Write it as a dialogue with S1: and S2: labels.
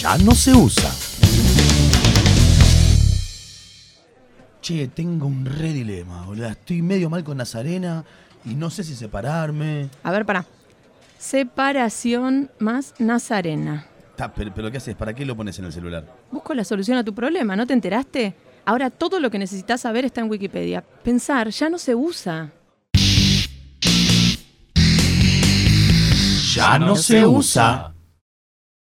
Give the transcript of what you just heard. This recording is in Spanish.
S1: ya no se usa. Che, tengo un re dilema, boludo. Estoy medio mal con Nazarena y no sé si separarme.
S2: A ver, pará. Separación más Nazarena.
S1: Ta, pero, pero ¿qué haces? ¿Para qué lo pones en el celular?
S2: Busco la solución a tu problema, ¿no te enteraste? Ahora todo lo que necesitas saber está en Wikipedia. Pensar ya no se usa.
S1: Ya no se usa.